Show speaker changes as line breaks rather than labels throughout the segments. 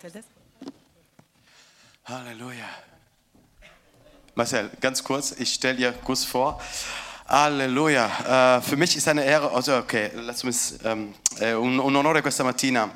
Tedesco.
Halleluja. Marcel, ganz kurz, ich stelle dir Guss vor. Alleluia. Eh, für mich ist eine Ehre, also okay, lass uns, ehm, è un, un onore questa mattina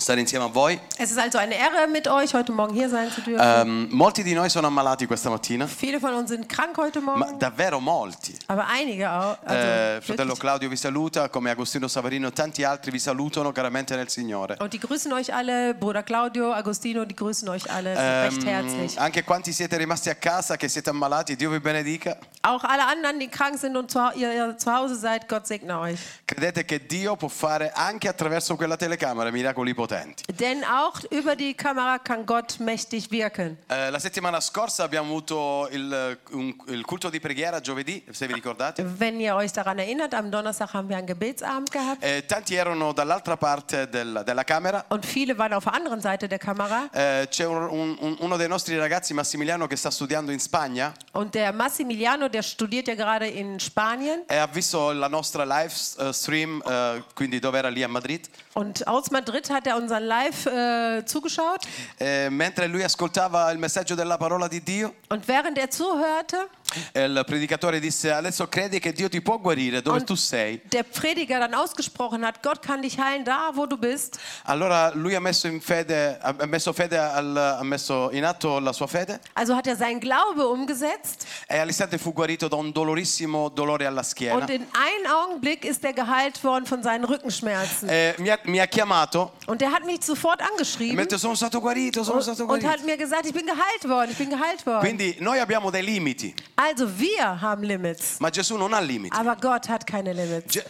stare insieme a voi.
Es ist also eine Ehre, mit euch heute Morgen hier sein zu dürfen.
Ehm, molti di noi sono ammalati questa mattina,
Viele von uns sind krank heute Morgen,
ma davvero molti.
aber einige auch. Also
Eh,
wirklich.
fratello Claudio vi saluta, come Agostino Savarino e tanti altri vi salutano caramente nel Signore.
und die grüßen euch alle, Bruder Claudio, Agostino, die grüßen euch alle
Ähm,
recht herzlich.
Ehm, Anche quanti siete rimasti a casa, che siete ammalati, Dio vi benedica.
Auch alle anderen, die krank sind und zu, ihr, ihr zu Hause seid, Gott segne euch.
Credete che Dio può fare anche attraverso quella telecamera miracoli potenti.
Denn auch über die Kamera kann Gott mächtig wirken.
Eh, la settimana scorsa abbiamo avuto il, eh, un- il culto di preghiera giovedì, se vi ricordate.
Wenn ihr euch daran erinnert, am Donnerstag haben wir einen Gebetsabend gehabt
Eh, tanti erano dall'altra parte del- della camera.
und viele waren auf der anderen Seite der Kamera.
Eh, c'è un- un- un- uno dei nostri ragazzi, Massimiliano, che sta studiando in Spagna
Und der Massimiliano, der studiert ja gerade in Spanien
e ha visto la nostra live s- eh, stream, eh, quindi dove era lì a Madrid.
und aus Madrid hat er unseren Live äh, zugeschaut.
Eh, mentre lui ascoltava il messaggio della parola di Dio,
Und während er zuhörte,
E il predicatore disse adesso credi che Dio ti può guarire dove
Und-
tu sei.
der Prediger dann ausgesprochen hat, Gott kann dich heilen da, wo du bist.
Allora lui ha messo in fede, ha ha messo, fede al- ha messo in atto la sua fede
Also hat er seinen Glaube umgesetzt
e all'istante fu guarito da un dolorissimo dolore alla schiena.
und in einem Augenblick ist er geheilt worden von seinen Rückenschmerzen.
E mi, ha, mi ha chiamato
Und er hat mich sofort
e mi
angeschrieben
ha detto sono stato guarito, sono stato
und
guarito.
hat mir gesagt, ich bin geheilt worden, ich bin geheilt worden.
Quindi noi abbiamo dei limiti,
Also wir haben Limits,
ma Gesù non ha limiti.
aber Gott hat keine Limits.
Ge-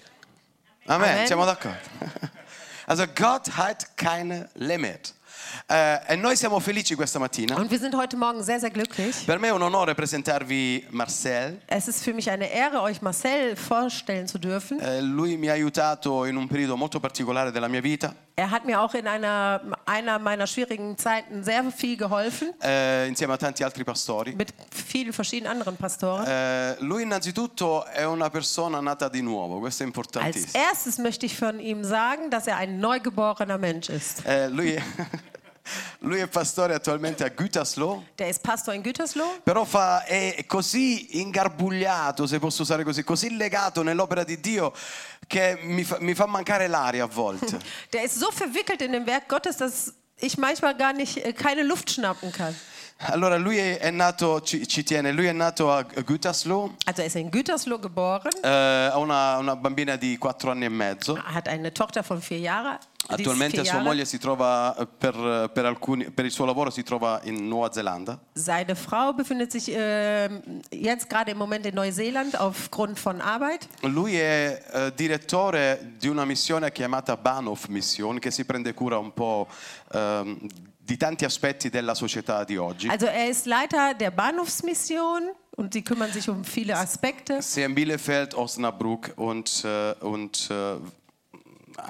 Amen,
Amen.
siamo d'accordo. Also Gott hat keine limit. Eh, e noi siamo felici questa mattina.
Und wir sind heute Morgen sehr, sehr glücklich.
Per me è un onore presentarvi Marcel.
Es ist für mich eine Ehre, euch Marcel vorstellen zu dürfen.
Eh, lui mi ha aiutato in un periodo molto particolare della mia vita.
Er hat mir auch in einer, einer meiner schwierigen Zeiten sehr viel geholfen,
eh, insieme a tanti altri pastori.
mit vielen verschiedenen anderen Pastoren.
Eh, lui innanzitutto è una persona nata di nuovo, questo è
Als
importantissimo.
erstes möchte ich von ihm sagen, dass er ein neugeborener Mensch ist.
Eh, lui, è, lui è pastore attualmente a Gütersloh,
Der ist Pastor in Gütersloh
però fa- è così ingarbugliato, se posso usare così, così legato nell'opera di Dio che mi fa, mi fa mancare l'aria a volte.
Der ist so verwickelt in dem Werk Gottes, dass ich manchmal gar nicht äh, keine Luft schnappen kann.
Allora lui è, è nato, ci, ci tiene, lui è nato a Gütersloh,
Also er ist in Gütersloh geboren,
eh, ha una- una bambina di 4 anni e mezzo.
hat eine Tochter von vier Jahren.
Attualmente sua moglie si trova eh, per, per alcuni- per il suo lavoro si trova in Nuova Zelanda.
Seine Frau befindet sich ähm, jetzt gerade im Moment in Neuseeland aufgrund von Arbeit.
Lui è eh, direttore di una missione chiamata Banoff Mission che si prende cura un po' ehm, di tanti aspetti della società di oggi.
Also er ist Leiter der Bahnhofsmission und sie kümmern sich um viele Aspekte.
Sia in Bielefeld, Osnabrück und, eh, und eh,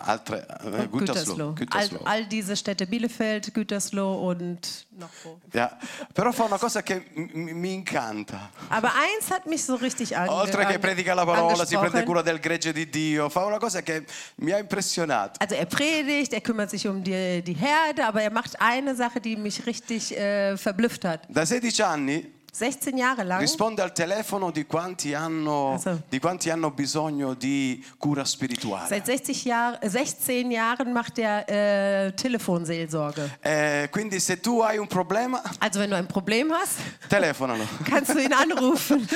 altre
Oh,
eh, Gütersloh.
All,
Gütersloh.
all diese Städte Bielefeld, Gütersloh und noch wo.
Yeah. Però fa una cosa che mi- mi incanta.
Aber eins hat mich so richtig ange
Oltre che
ange-
predica la parola, si prende
angesprochen.
cura del gregge di Dio, fa una cosa che mi ha impressionato.
Also er predigt, er kümmert sich um die, die Herde, aber er macht eine Sache, die mich richtig äh, verblüfft hat.
Da 16 anni
16 Jahre lang
risponde al telefono di quanti hanno,
Ah, sì.
di quanti hanno bisogno di cura spirituale.
Seit 60 Jahr, äh, 16 Jahren macht er äh, Telefonseelsorge.
Eh, quindi se tu hai un problema,
Also wenn du ein Problem hast,
telefonalo
kannst du ihn anrufen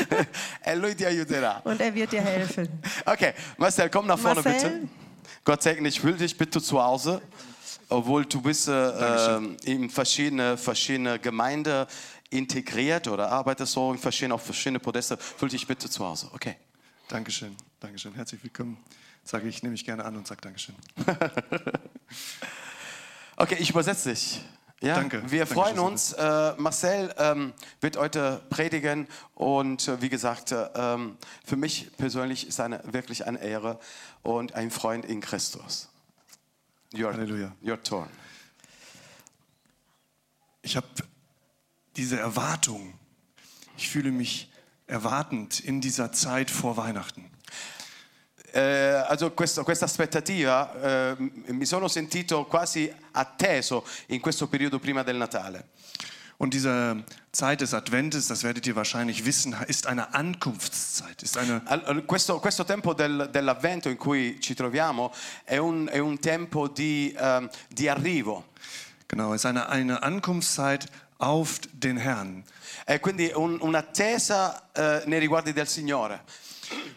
e lui ti aiuterà.
und er wird dir helfen.
Okay, Marcel, komm nach vorne
Marcel?
bitte. Gott segne, ich will dich bitte zu Hause. Obwohl du bist äh, in verschiedene, verschiedene Gemeinden integriert oder arbeitest so in verschiedene, auf verschiedene Podeste, fühl dich bitte zu Hause. Okay.
Dankeschön, Dankeschön. Herzlich willkommen. Sage ich, nehme ich gerne an und sage Dankeschön.
Okay, ich übersetze dich. Ja,
Danke.
Wir
Danke,
freuen
Giuseppe.
uns. Äh, Marcel ähm, wird heute predigen und äh, wie gesagt, äh, ähm, für mich persönlich ist eine wirklich eine Ehre und ein Freund in Christus. Your,
Halleluja.
Your turn.
Ich habe diese Erwartung. Ich fühle mich erwartend in dieser Zeit vor Weihnachten.
eh, also questo- questa aspettativa eh, m- mi sono sentito quasi atteso in questo periodo prima del Natale.
Und diese Zeit des Adventes, das werdet ihr wahrscheinlich wissen, ist eine Ankunftszeit, ist eine,
Al- al- Questo, questo tempo del- dell'avvento in cui ci troviamo è un, è un tempo di, ehm, di arrivo,
genau, ist eine, eine Ankunftszeit auf den Herrn.
e Eh, quindi un- un'attesa eh, nei riguardi del Signore.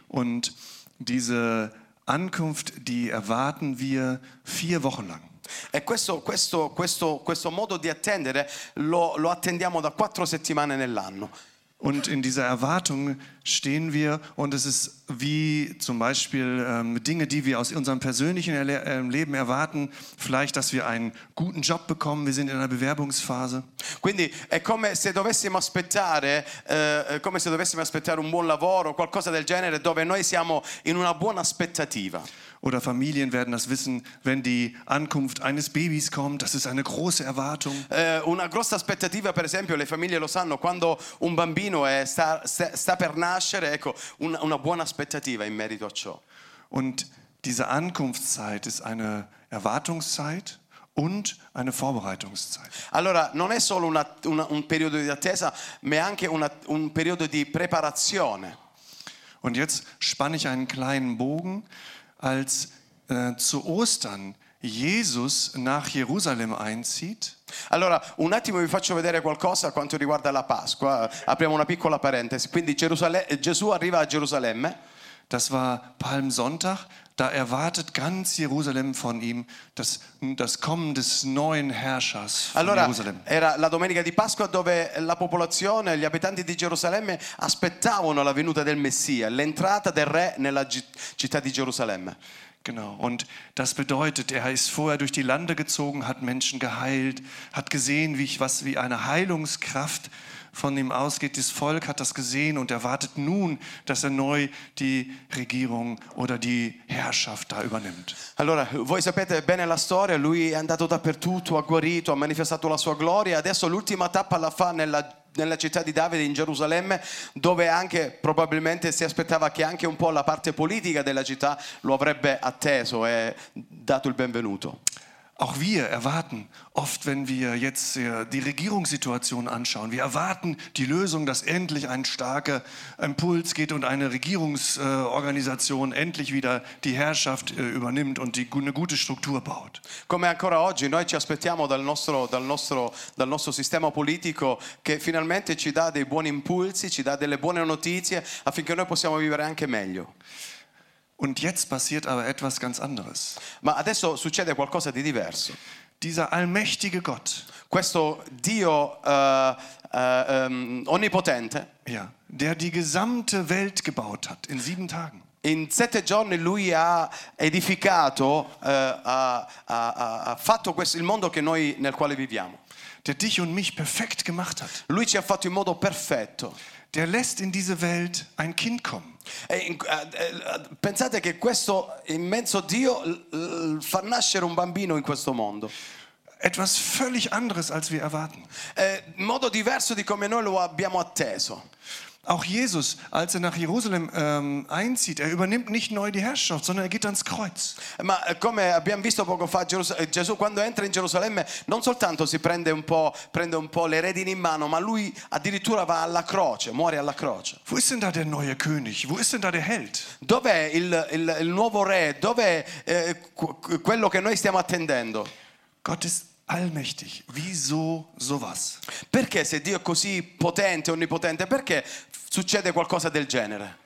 Und diese Ankunft, die erwarten wir vier Wochen lang.
E questo, questo- questo- questo modo di attendere lo, lo attendiamo da quattro settimane nell'anno.
Und in dieser Erwartung stehen wir und es ist wie zum Beispiel ähm, Dinge, die wir aus unserem persönlichen Erle ähm, Leben erwarten, vielleicht, dass wir einen guten Job bekommen, wir sind in einer Bewerbungsphase
Quindi è come se dovessimo aspettare, eh, è come se dovessimo aspettare un buon lavoro, qualcosa del genere, dove noi siamo in una buona aspettativa.
oder Familien werden das wissen, wenn die Ankunft eines Babys kommt, das ist eine große Erwartung.
Eh, una grossa aspettativa, per esempio, le famiglie lo sanno, quando un bambino è- sta, sta- sta per nascere, ecco, una, una buona aspettativa in merito a ciò.
Und diese Ankunftszeit ist eine Erwartungszeit und eine Vorbereitungszeit.
Allora, non è solo una- una- un periodo di attesa, ma è anche una- un periodo di preparazione.
Und jetzt spanne ich einen kleinen Bogen, als äh, zu Ostern Jesus nach Jerusalem einzieht.
Allora, un attimo vi faccio vedere qualcosa a quanto riguarda la Pasqua. Apriamo una piccola parentesi. Quindi Gerusale- Gesù arriva a Gerusalemme.
Das war Palmsonntag. Da erwartet ganz Jerusalem von ihm das, das Kommen des neuen Herrschers von
Allora,
Jerusalem.
era la domenica di Pasqua dove la popolazione, gli abitanti di Gerusalemme aspettavano la venuta del Messia, l'entrata del re nella gi- città di Gerusalemme.
Genau. Und das bedeutet, er ist vorher durch die Lande gezogen, hat Menschen geheilt, hat gesehen, wie ich was wie eine Heilungskraft von ihm ausgeht. Das Volk hat das gesehen und erwartet nun, dass er neu die Regierung oder die Herrschaft da übernimmt.
Allora, voi sapete bene la storia, lui è andato dappertutto, ha guarito, ha manifestato la sua gloria, adesso l'ultima tappa la fa nella, nella città di Davide in Gerusalemme, dove anche probabilmente si aspettava che anche un po' la parte politica della città lo avrebbe atteso e dato il benvenuto.
Auch wir erwarten oft, wenn wir jetzt äh, die Regierungssituation anschauen, wir erwarten die Lösung, dass endlich ein starker Impuls geht und eine Regierungsorganisation endlich wieder die Herrschaft äh, übernimmt und die, eine gute Struktur baut.
Come ancora oggi noi ci aspettiamo dal nostro, dal nostro- dal nostro sistema politico che finalmente ci dà dei buoni impulsi, ci dà delle buone notizie affinché noi possiamo vivere anche meglio.
Und jetzt passiert aber etwas ganz anderes.
Ma adesso succede qualcosa di diverso.
Dieser allmächtige Gott,
Questo Dio eh, eh, ehm, onnipotente,
ja, der die gesamte Welt gebaut hat in sieben Tagen,
in sette giorni lui ha edificato, eh, ha, ha- ha- ha fatto questo- il mondo che noi- nel quale viviamo.
der dich und mich perfekt gemacht hat,
Lui ci ha fatto in modo perfetto.
der lässt in diese Welt ein Kind kommen.
E in- eh, eh, pensate che questo immenso Dio l- l- fa nascere un bambino in questo mondo.
Etwas völlig anderes, als wir erwarten.
Eh, in modo diverso di come noi lo abbiamo atteso.
Auch Jesus, als er nach Jerusalem ähm, einzieht, er übernimmt nicht neu die Herrschaft, sondern er geht ans Kreuz.
Ma eh, come abbiamo visto poco fa, Gerus- eh, Gesù quando entra in Gerusalemme non soltanto si prende un, po', prende un po' le redini in mano, ma lui addirittura va alla croce, muore alla croce.
Wo ist denn da der neue König? Wo ist denn da der Held?
Dov'è il, il- il nuovo re? Dov'è eh, qu- quello che noi stiamo attendendo?
Gott ist allmächtig. Wieso sowas?
Perché se Dio è così potente, onnipotente, perché succede qualcosa del genere?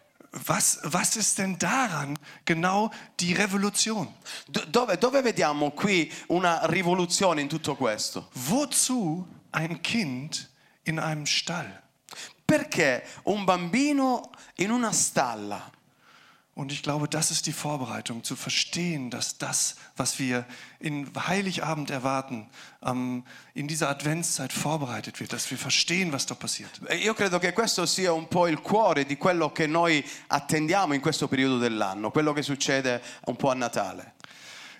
Was, was ist denn daran genau die Revolution?
Do- Dove, dove vediamo qui una rivoluzione in tutto questo?
Wozu ein Kind in einem Stall?
Perché un bambino in una stalla?
Und ich glaube, das ist die Vorbereitung, zu verstehen, dass das, was wir in Heiligabend erwarten, am- in dieser Adventszeit vorbereitet wird, dass wir verstehen, was da passiert.
Eh, Io credo che questo sia un po' il cuore di quello che noi attendiamo in questo periodo dell'anno, quello che succede un po' a Natale.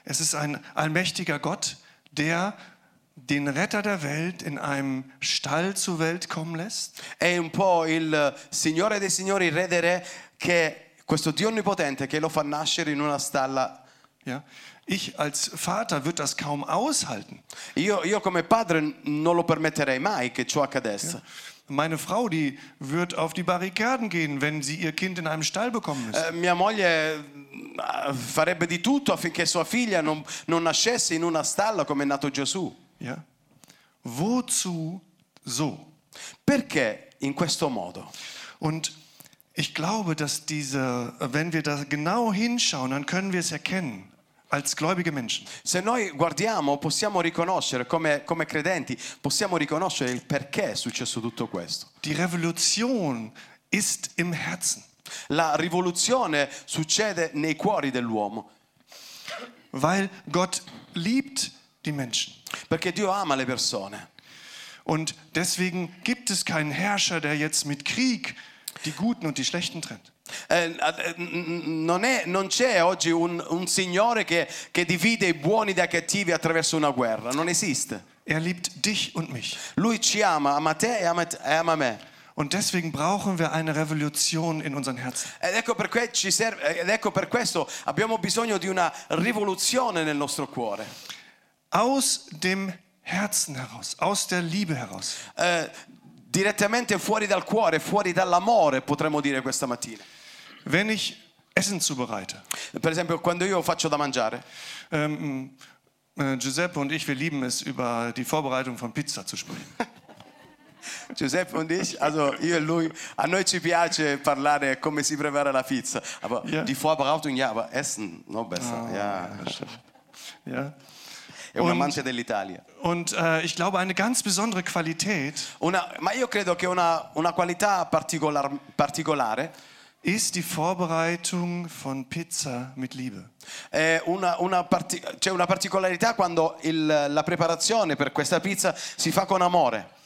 Es ist ein allmächtiger Gott, der den Retter der Welt in einem Stall zur Welt kommen lässt,
È un po' il Signore dei Signori, il Re dei Re, che Questo Dio onnipotente che lo fa nascere in una stalla.
Ja? Ich als Vater würde das kaum aushalten.
Io, io come padre non lo permetterei mai che ciò accadesse.
Meine Frau, die wird auf die Barrikaden gehen, wenn sie ihr Kind in einem Stall bekommen müsste.
Eh, mia moglie eh, farebbe di tutto affinché sua figlia non, non nascesse in una stalla come è nato Gesù.
Ja? Wozu so?
Perché in questo modo?
Und ich glaube, dass diese, wenn wir da genau hinschauen, dann können wir es erkennen als gläubige Menschen.
Se noi guardiamo possiamo riconoscere, come, come credenti, possiamo riconoscere il perché è successo tutto questo.
Die Revolution ist im Herzen,
La rivoluzione succede nei cuori dell'uomo,
weil Gott liebt die Menschen.
perché Dio ama le persone.
Und deswegen gibt es keinen Herrscher, der jetzt mit Krieg die Guten und die Schlechten trennt.
Eh, eh, non, è- non c'è oggi un, un Signore che, che divide i buoni dai cattivi attraverso una guerra, non esiste.
Er liebt dich und mich.
Lui ci ama, ama te e ama, e ama me.
Und deswegen brauchen wir eine Revolution in unseren Herzen.
Ed ecco, per que- ci serve- ed ecco per questo abbiamo bisogno di una rivoluzione nel nostro cuore,
Aus dem Herzen heraus, aus der Liebe heraus.
Eh, direttamente fuori dal cuore, fuori dall'amore, potremmo dire questa mattina.
Wenn ich Essen zubereite,
Per esempio, quando io faccio da mangiare,
ähm, äh, Giuseppe und ich, wir lieben es, über die Vorbereitung von Pizza zu sprechen.
Giuseppe und ich, also io e lui, a noi ci piace parlare come si prepara la pizza, aber
Ja.
die Vorbereitung ja, aber Essen noch besser. ja.
Ja?
È un
Und-
amante dell'Italia.
Und äh, ich glaube, eine ganz besondere Qualität
Una- ma io credo che una, una qualità particolar- particolare
ist die Vorbereitung von Pizza mit Liebe.
è una, una parti- c'è una particolarità quando il- la preparazione per questa pizza si fa con amore.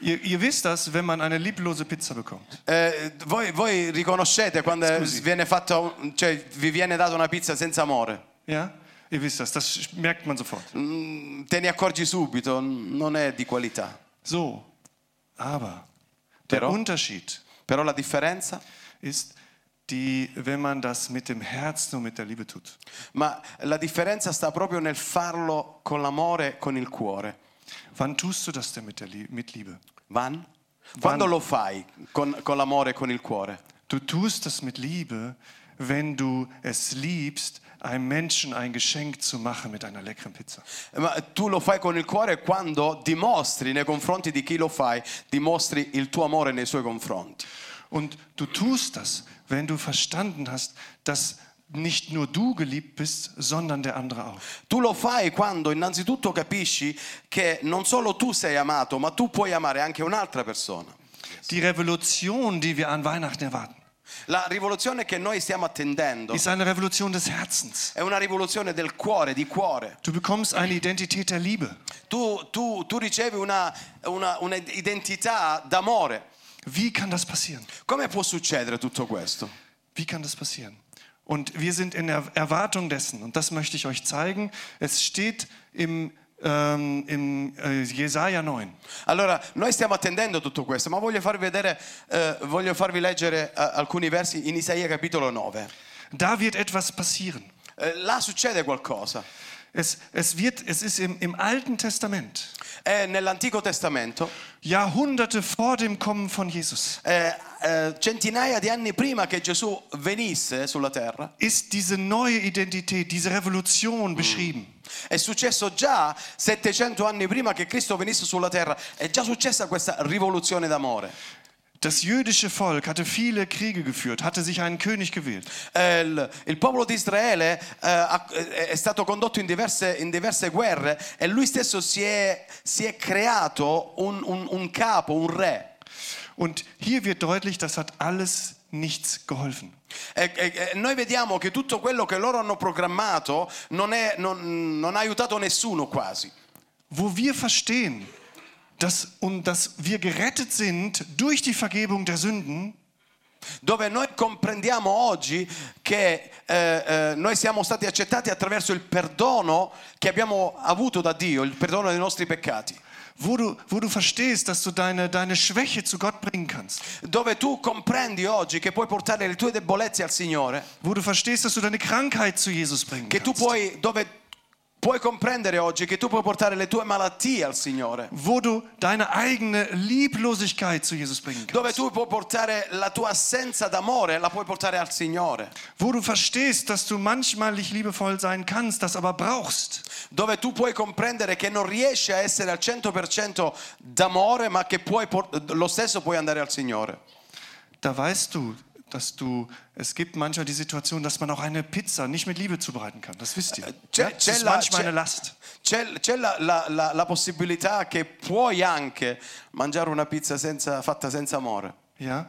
Ihr, ihr wisst das, wenn man eine lieblose Pizza bekommt.
Eh, voi, voi riconoscete quando
Scusi.
viene fatta un- cioè, vi viene data una pizza senza amore?
Ja? Ihr wisst das, das merkt man sofort.
Te ne accorgi subito, n- non è di qualità.
So, aber der
Pero?
Unterschied
Però la differenza?
ist, die, wenn man das mit dem Herzen und mit der Liebe tut.
Ma la differenza sta proprio nel farlo con l'amore, con il cuore.
Wann tust du das denn mit, der Lie mit Liebe?
Van? Quando lo fai con, con l'amore, con il cuore?
Du tust das mit Liebe, wenn du es liebst, einem Menschen ein Geschenk zu machen mit einer leckeren Pizza.
Ma tu lo fai con il cuore quando dimostri nei confronti di chi lo fai, dimostri il tuo amore nei suoi confronti.
Und du tust das, wenn du verstanden hast, dass nicht nur du geliebt bist, sondern der andere auch.
Tu lo fai quando innanzitutto capisci che non solo tu sei amato, ma tu puoi amare anche un'altra persona.
Die Revolution, die wir an Weihnachten erwarten,
La rivoluzione che noi stiamo attendendo
ist eine Revolution des Herzens.
è una rivoluzione del cuore, di cuore.
Du bekommst eine Identität der Liebe.
Tu, tu- tu ricevi una, una- un'identità d'amore.
Wie kann das passieren?
Come può succedere tutto questo?
Wie kann das passieren? Und wir sind in der Erwartung dessen, und das möchte ich euch zeigen. Es steht im, ähm, im äh, Jesaja 9.
Allora, noi stiamo attendendo tutto questo, ma voglio farvi, vedere, eh, voglio farvi leggere eh, alcuni versi in Isaia capitolo 9.
Da wird etwas passieren.
Eh, là succede qualcosa.
Es, es, wird, es ist im, im Alten Testament,
È nell'Antico Testamento,
Jahrhunderte vor dem Kommen von Jesus,
eh, eh, centinaia di anni prima che Gesù venisse sulla terra,
ist diese neue Identität, diese Revolution beschrieben.
È successo già 700 anni prima che Cristo venisse sulla terra, è già successa questa rivoluzione d'amore.
Das jüdische Volk hatte viele Kriege geführt, hatte sich einen König gewählt.
Eh, Il, il popolo di Israele eh, ha- eh, è stato condotto in diverse, in diverse guerre e lui stesso si è, si è creato un, un- un capo, un re.
Und hier wird deutlich, das hat alles nichts geholfen.
E, e- e noi vediamo che tutto quello che loro hanno programmato non, è- non- non ha aiutato nessuno quasi.
wo wir verstehen, dass, und dass wir gerettet sind durch die Vergebung der Sünden,
Dove noi comprendiamo oggi che eh, eh, noi siamo stati accettati attraverso il perdono che abbiamo avuto da Dio, il perdono dei nostri peccati.
wo du, wo du verstehst, dass du deine, deine Schwäche zu Gott bringen kannst,
dove tu comprendi oggi che puoi portare le tue debolezze al Signore,
wo du verstehst, dass du deine Krankheit zu Jesus bringen
che tu
kannst,
puoi, dove puoi comprendere oggi che tu puoi portare le tue malattie al Signore,
wo du deine eigene Lieblosigkeit zu Jesus bringen kannst,
dove tu puoi portare la tua assenza d'amore, la puoi portare al Signore,
wo du verstehst, dass du manchmal nicht liebevoll sein kannst, das aber brauchst.
dove tu puoi comprendere che non riesci a essere al 100% d'amore, ma che puoi por- lo stesso puoi andare al Signore.
Da weißt du, dass du, es gibt manchmal die Situation, dass man auch eine Pizza nicht mit Liebe zubereiten kann. Das wisst ihr.
C'è,
Ja, das
c'è
ist
la,
manchmal
c'è-
eine Last.
c'è- c'è la- la- la- la possibilità che puoi anche mangiare una pizza senza- fatta senza amore.
Ja?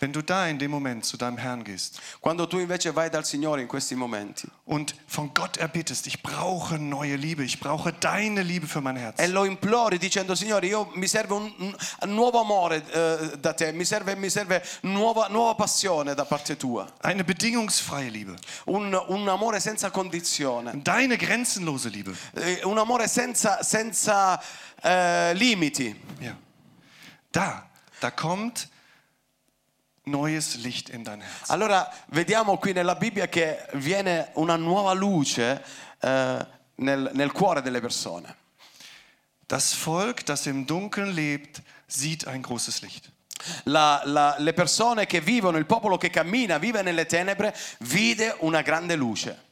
Wenn du da in dem Moment zu deinem Herrn gehst
Quando tu invece vai dal Signore in questi momenti
und von Gott erbittest, ich brauche neue Liebe, ich brauche deine Liebe für mein Herz.
e lo implori dicendo Signore io mi serve un, un nuovo amore eh, da te, mi serve, mi serve nuova, nuova passione da parte tua,
Eine bedingungsfreie Liebe.
un, un amore senza condizione,
Deine grenzenlose Liebe.
eh, un amore senza, senza, eh, limiti.
Ja. Da, da kommt neues Licht in dein Herz.
Allora vediamo qui nella Bibbia che viene una nuova luce eh, nel- nel cuore delle persone.
Das Volk, das im Dunkeln lebt, sieht ein großes Licht.
La- la- le persone che vivono, il popolo che cammina, vive nelle tenebre, vide una grande luce.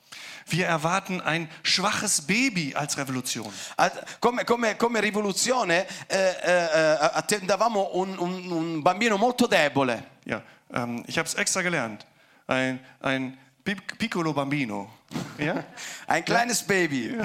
Wir erwarten ein schwaches Baby als Revolution.
A- Come, come- come rivoluzione eh, eh, eh, attendavamo un, un- un bambino molto debole.
Ja, ähm, ich habe es extra gelernt. Ein, ein Pic- Piccolo Bambino. Ja?
Ein kleines Baby.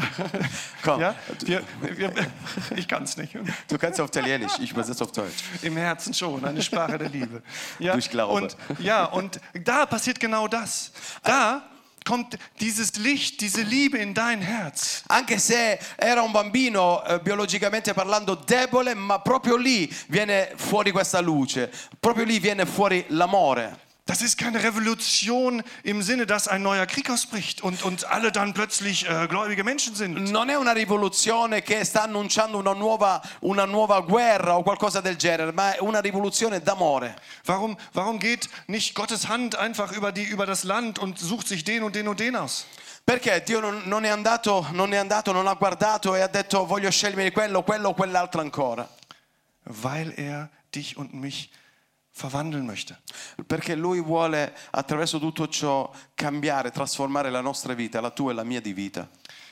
Komm,
ja? Wir, wir, ich kann es nicht.
du kannst auf Italienisch, ich übersetze auf Deutsch.
Im Herzen schon, eine Sprache der Liebe. Ja,
Durch Glaube.
Und, ja, und da passiert genau das. Da kommt dieses Licht, diese Liebe in dein Herz.
Anche se era un bambino eh, biologicamente parlando debole, ma proprio lì viene fuori questa luce, proprio lì viene fuori l'amore.
Das ist keine Revolution im Sinne, dass ein neuer Krieg ausbricht und, und alle dann plötzlich äh, gläubige Menschen sind.
Non è una rivoluzione che sta annunciando una nuova, una nuova guerra o qualcosa del genere, ma è una rivoluzione d'amore.
Warum, warum geht nicht Gottes Hand einfach über, die, über das Land und sucht sich den und den und den aus?
Perché Dio non, non è andato, non è andato, non ha guardato e ha detto voglio scegliermi quello, quello o quell'altro ancora.
Weil er dich und mich verwandeln möchte.
Perché Lui vuole attraverso tutto ciò cambiare, trasformare la nostra vita, la tua e la mia di vita.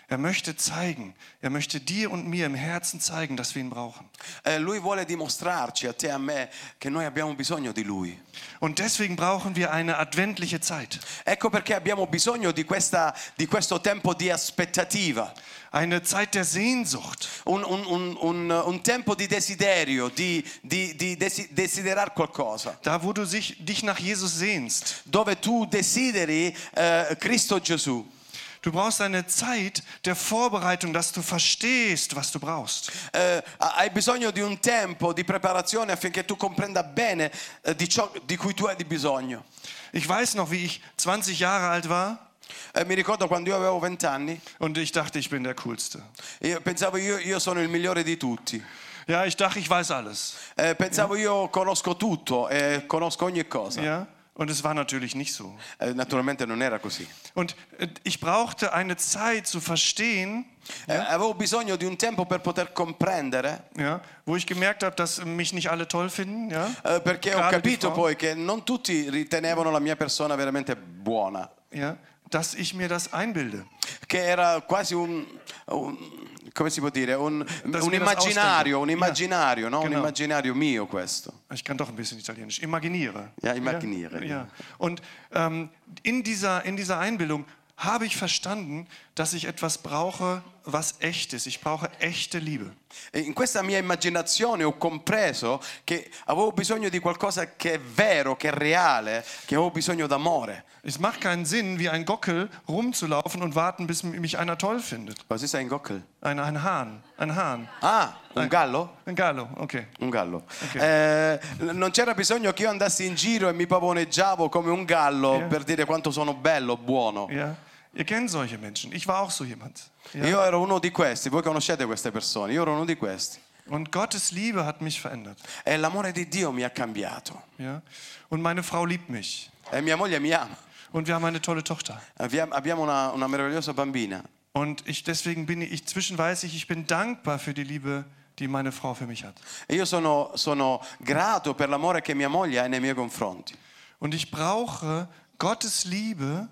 Er möchte zeigen, er möchte dir und mir im Herzen zeigen, dass wir ihn brauchen.
Eh, lui vuole dimostrarci a te e a me che noi abbiamo bisogno di Lui.
Und deswegen brauchen wir eine adventliche Zeit.
Ecco perché abbiamo bisogno di, questa, di questo tempo di aspettativa.
Eine Zeit der Sehnsucht.
un, un- un- un- un tempo di desiderio, di, di, di desi- desiderare qualcosa,
Da, wo du sich, dich nach Jesus sehnst.
dove tu desideri eh, Cristo Gesù.
Du brauchst eine Zeit der Vorbereitung, dass du verstehst, was du brauchst.
Eh, ha- hai bisogno di un tempo di preparazione affinché tu comprenda bene eh, di ciò di cui tu hai di bisogno.
Ich weiß noch, wie ich 20 Jahre alt war
Eh, mi ricordo quando io avevo vent'anni,
und ich dachte, ich bin der Coolste.
io pensavo io, io sono il migliore di tutti.
Ja, ich dachte, ich weiß alles.
Eh, pensavo io conosco tutto e conosco ogni cosa.
Ja. Und es war natürlich nicht so.
Eh, naturalmente non era così.
Und äh, ich brauchte eine Zeit zu verstehen,
Eh, avevo bisogno di un tempo per poter comprendere
ja, wo ich gemerkt habe, dass mich nicht alle toll finden. Ja.
Eh, perché ho
Gerade die
capito
Frauen.
poi che non tutti ritenevano la mia persona veramente buona,
Ja, dass ich mir das einbilde.
che era quasi un, un- come si può dire, un,
Das
un
mir das
immaginario,
ausdenke.
un immaginario, no? un
genau.
immaginario mio questo.
Ich kann doch ein bisschen Italienisch. Immaginiere.
Ja, immaginiere, genau.
Ja. ja. Und ähm, in, dieser, in dieser Einbildung habe ich verstanden, dass ich etwas brauche, was echt ist. Ich brauche echte Liebe.
E in questa mia immaginazione ho compreso che avevo bisogno di qualcosa che è vero, che è reale, che avevo bisogno d'amore.
Es macht keinen Sinn, wie ein Gockel rumzulaufen und warten, bis m- mich einer toll findet.
Così sei in gockel?
Ein, ein Hahn. Ein Hahn.
Ah, un gallo?
Ein Gallo, okay.
Un gallo. Eh, non c'era bisogno che io andassi in giro e mi pavoneggiavo come un gallo
Yeah.
per dire quanto sono bello, buono.
Ja. Ihr kennt solche Menschen. Ich war auch so jemand. Ja.
Io ero uno di questi, voi conoscete queste persone, io ero uno di questi.
Und Gottes Liebe hat mich verändert.
E l'amore di Dio mi ha cambiato.
Ja? Und meine Frau liebt mich.
E mia moglie mi ama.
Und wir haben eine tolle Tochter.
Abbiamo- Abbiamo una, una meravigliosa bambina.
Und ich, deswegen bin ich, zwischen weiß ich, ich bin dankbar für die Liebe, die meine Frau für mich hat.
E io sono, sono grato per l'amore che mia moglie ha nei miei confronti.
Und ich brauche Gottes Liebe,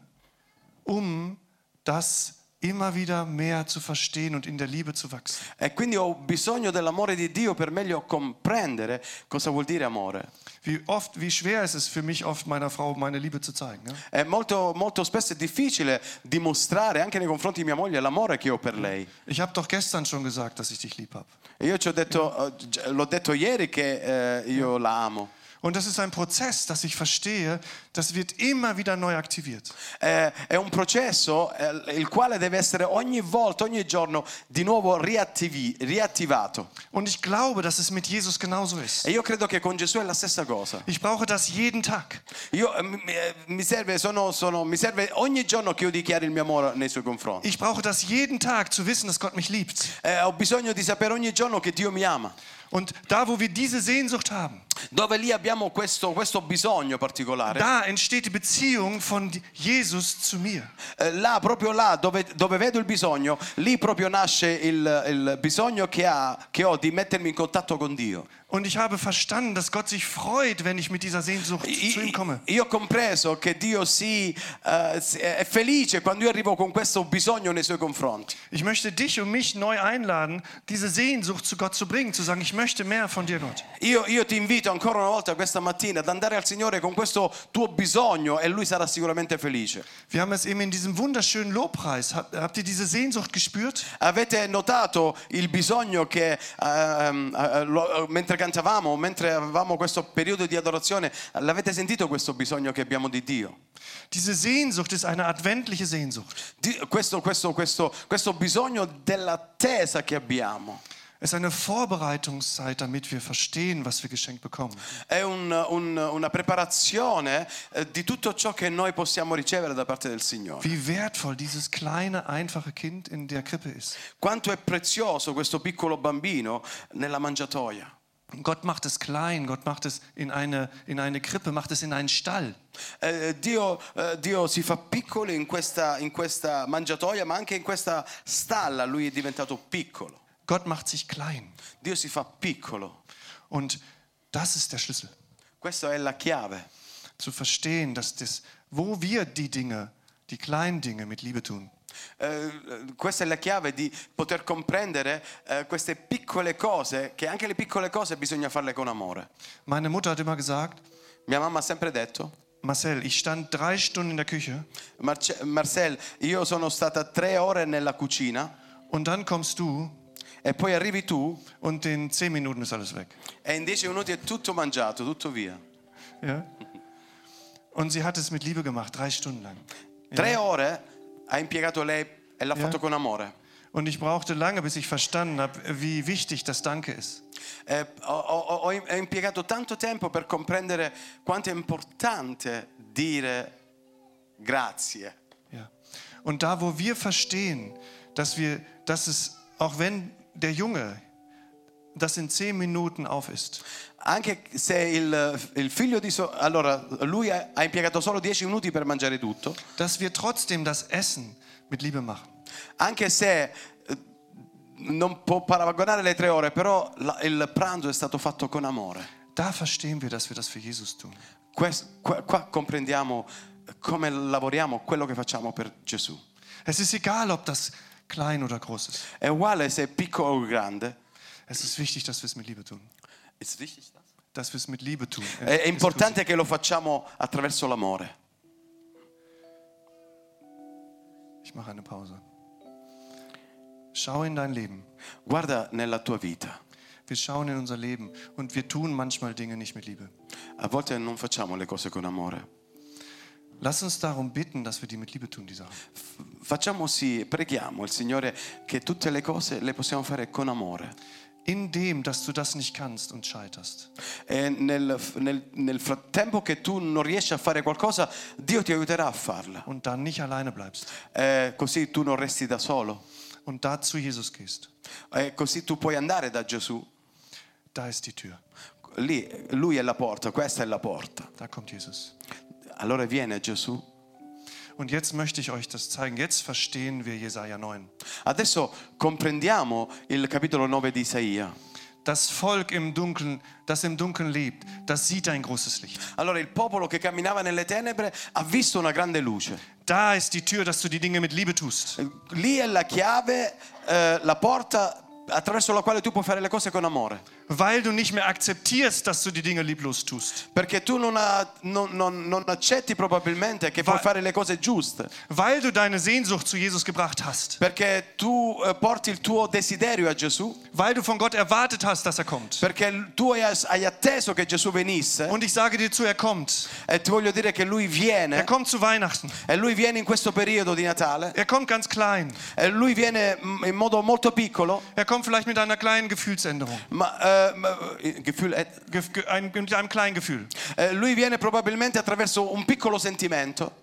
um das immer wieder mehr zu verstehen und in der Liebe zu wachsen.
E quindi ho bisogno dell'amore di Dio per meglio comprendere cosa vuol dire amore.
Wie oft, wie schwer ist es für mich oft meiner Frau meine Liebe zu zeigen. Ne?
È molto, molto spesso è difficile dimostrare anche nei confronti di mia moglie l'amore che ho per lei.
Ich habe doch gestern schon gesagt, dass ich dich lieb habe.
E io ci ho detto, eh, gi- l'ho detto ieri che eh, io la amo.
Und das ist ein Prozess, dass ich verstehe, das wird immer wieder neu aktiviert.
Eh, è un processo eh, il quale deve essere ogni volta, ogni giorno di nuovo riattivi- riattivato.
Und ich glaube, dass es mit Jesus genauso ist.
E io credo che con Gesù è la stessa cosa.
Ich brauche das jeden Tag.
Io, eh, mi- eh, mi, serve, sono- sono- mi serve ogni giorno che io dichiari il mio amore nei suoi confronti.
Ich brauche das jeden Tag zu wissen, dass Gott mich liebt.
Eh, ho bisogno di sapere ogni giorno che Dio mi ama.
Und da, wo wir diese Sehnsucht haben,
Dove lì abbiamo questo, questo bisogno particolare.
da entsteht die Beziehung von Jesus zu mir.
Eh, là, proprio là dove, dove vedo il bisogno, lì proprio nasce il, il bisogno che, ha- che ho di mettermi in contatto con Dio.
Und ich habe verstanden, dass Gott sich freut, wenn ich mit dieser Sehnsucht zu ihm komme.
Io ho compreso che Dio si, eh, si- è felice quando io arrivo con questo bisogno nei suoi confronti.
Ich möchte dich und mich neu einladen, diese Sehnsucht zu Gott zu bringen, zu sagen, ich möchte mehr von dir, Gott.
Io, io ti invito ancora una volta questa mattina ad andare al Signore con questo tuo bisogno e Lui sarà sicuramente felice.
Wir haben es eben in diesem wunderschönen Lobpreis. Habt, habt ihr diese Sehnsucht gespürt?
Avete notato il bisogno che ehm, eh, lo- eh, mentre cantavamo, mentre avevamo questo periodo di adorazione, l'avete sentito questo bisogno che abbiamo di Dio?
Diese Sehnsucht ist eine adventliche Sehnsucht.
Di- questo, questo, questo, questo bisogno dell'attesa che abbiamo.
Es ist eine Vorbereitungszeit, damit wir verstehen, was wir geschenkt bekommen.
È un- un- una preparazione eh, di tutto ciò che noi possiamo ricevere da parte del Signore.
Wie wertvoll dieses kleine, einfache Kind in der Krippe ist.
Quanto è prezioso questo piccolo bambino nella mangiatoia.
Gott macht es klein, Gott macht es in eine, in eine Krippe, macht es in einen Stall.
Eh, Dio, eh, Dio si fa piccolo in questa, in questa mangiatoia, ma anche in questa stalla lui è diventato piccolo.
Gott macht sich klein.
Dio si fa piccolo.
Und das ist der Schlüssel.
Questa è la chiave.
Zu verstehen, dass das, wo wir die Dinge, die kleinen Dinge mit Liebe tun,
Eh, questa è la chiave di poter comprendere eh, queste piccole cose, che anche le piccole cose bisogna farle con amore.
Meine Mutter hat immer gesagt,
Mia mamma ha sempre detto,
Marcel, ich stand drei Stunden in der Küche
Marce- Marcel, io sono stata tre ore nella cucina
und dann kommst du
e poi arrivi tu
und in zehn Minuten ist alles weg.
e in dieci minuti è tutto mangiato, tutto via.
Ja? Und sie hat es mit Liebe gemacht, drei Stunden lang.
Tre ore ha impiegato lei e l'ha
Yeah.
fatto con amore.
Und ich brauchte lange, bis ich verstanden habe, wie wichtig das Danke ist.
Eh, ho, ho- ho im- ho impiegato tanto tempo per comprendere quanto è importante dire grazie.
Ja. Und da, wo wir verstehen, dass wir, dass es, auch wenn der Junge das in zehn Minuten auf ist,
Anche se il, il figlio di... so- allora, lui ha, ha impiegato solo dieci minuti per mangiare tutto.
dass wir trotzdem das Essen mit Liebe machen.
Anche se eh, non può paragonare le tre ore, però la- il pranzo è stato fatto con amore.
Da verstehen wir, dass wir das für Jesus tun.
Quest- qua, qua comprendiamo come lavoriamo, quello che facciamo per Gesù.
Es ist egal, ob das klein oder groß ist.
È uguale se è piccolo o grande.
Es ist wichtig, dass wir es mit Liebe tun. Dass wir es mit Liebe tun.
È, è importante che lo facciamo attraverso l'amore.
Ich mache eine Pause. Schau in dein Leben.
Guarda nella tua vita.
Wir schauen in unser Leben und wir tun manchmal Dinge nicht mit Liebe.
A volte non facciamo le cose con amore.
Lass uns darum bitten, dass wir die mit Liebe tun, die Sachen.
Facciamo sì, preghiamo il Signore che tutte le cose le possiamo fare con amore.
In dem, dass du das nicht kannst und scheiterst,
E nel, nel- nel frattempo che tu non riesci a fare qualcosa, Dio ti aiuterà a farla.
und dann nicht alleine bleibst
Eh, così tu non resti da solo.
und da zu Jesus gehst
Eh, così tu puoi andare da Gesù
Da ist die Tür.
Lì lui è la porta, questa è la porta.
Da kommt Jesus.
Allora viene Gesù.
Und jetzt möchte ich euch das zeigen. Jetzt verstehen wir Jesaja 9.
Adesso comprendiamo il capitolo 9 di Isaia.
Das Volk im Dunkeln, das im Dunkeln lebt, das sieht ein großes Licht.
Allora il popolo che camminava nelle tenebre ha visto una grande luce.
Da ist die Tür, dass du die Dinge mit Liebe tust.
Lì è la chiave, eh, la porta attraverso la quale tu puoi fare le cose con amore.
Weil du nicht mehr akzeptierst, dass du die Dinge lieblos tust.
Perché tu non, ha- non- non- non accetti probabilmente che puoi
Va-
fare le cose giuste.
Weil du deine Sehnsucht zu Jesus gebracht hast.
Perché tu eh, porti il tuo desiderio a Gesù.
Weil du von Gott erwartet hast, dass er kommt.
Perché l- tu hai, hai atteso che Gesù venisse.
Und ich sage dir zu, er kommt.
E ti voglio dire che lui
Er
viene.
kommt zu Weihnachten.
E lui viene in questo periodo di Natale.
Er kommt ganz klein.
E Eh, lui viene mm, in modo molto piccolo.
Er kommt vielleicht mit einer kleinen Gefühlsänderung.
Ma, eh, ma- eh, Gefühl, eh,
Ge ge ein, mit einem kleinen Gefühl.
eh, lui viene probabilmente attraverso un piccolo sentimento.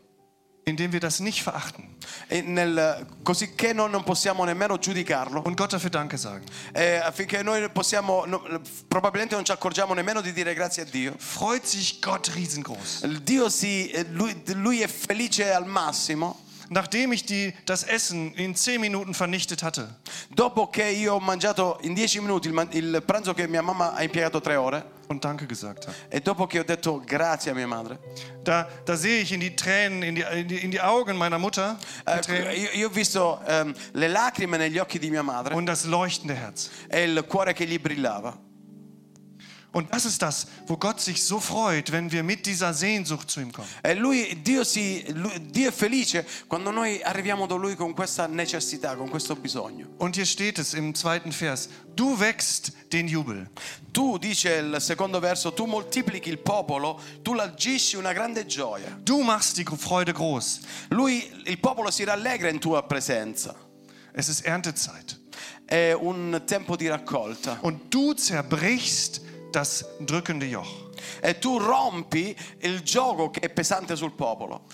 Indem wir das nicht verachten.
e nel- così che noi non possiamo nemmeno giudicarlo.
Und Gott dafür Danke sagen.
Eh, affinché noi possiamo, no- probabilmente non ci accorgiamo nemmeno di dire grazie a Dio.
Freut sich Gott riesengroß.
Il Dio si, eh, lui, lui è felice al massimo.
Nachdem ich die, das Essen in zehn Minuten vernichtet hatte,
Dopo che io ho mangiato in 10 minuti il, man- il pranzo che mia mamma ha impiegato 3 ore
und Danke gesagt habe.
e dopo che ho detto grazie a mia madre,
Da, da sehe ich in die Tränen, in die, in die, in die Augen meiner Mutter die
eh,
Tränen
io, io ho visto ehm, le lacrime negli occhi di mia madre
und das leuchtende Herz.
e il cuore che gli brillava.
Und das ist das, wo Gott sich so freut, wenn wir mit dieser Sehnsucht zu ihm kommen.
E lui, Dio, si, lui- Dio è felice quando noi arriviamo da Lui con questa necessità, con questo bisogno.
Und hier steht es im zweiten Vers, du wächst den Jubel.
Tu, dice il secondo verso, tu moltiplichi il popolo, tu l'aggisci una grande gioia.
Du machst die Freude groß.
Lui, il popolo si rallegra in tua presenza.
Es ist Erntezeit.
È un tempo di raccolta.
Und du zerbrichst das drückende Joch.
E tu rompi il gioco che è pesante sul popolo.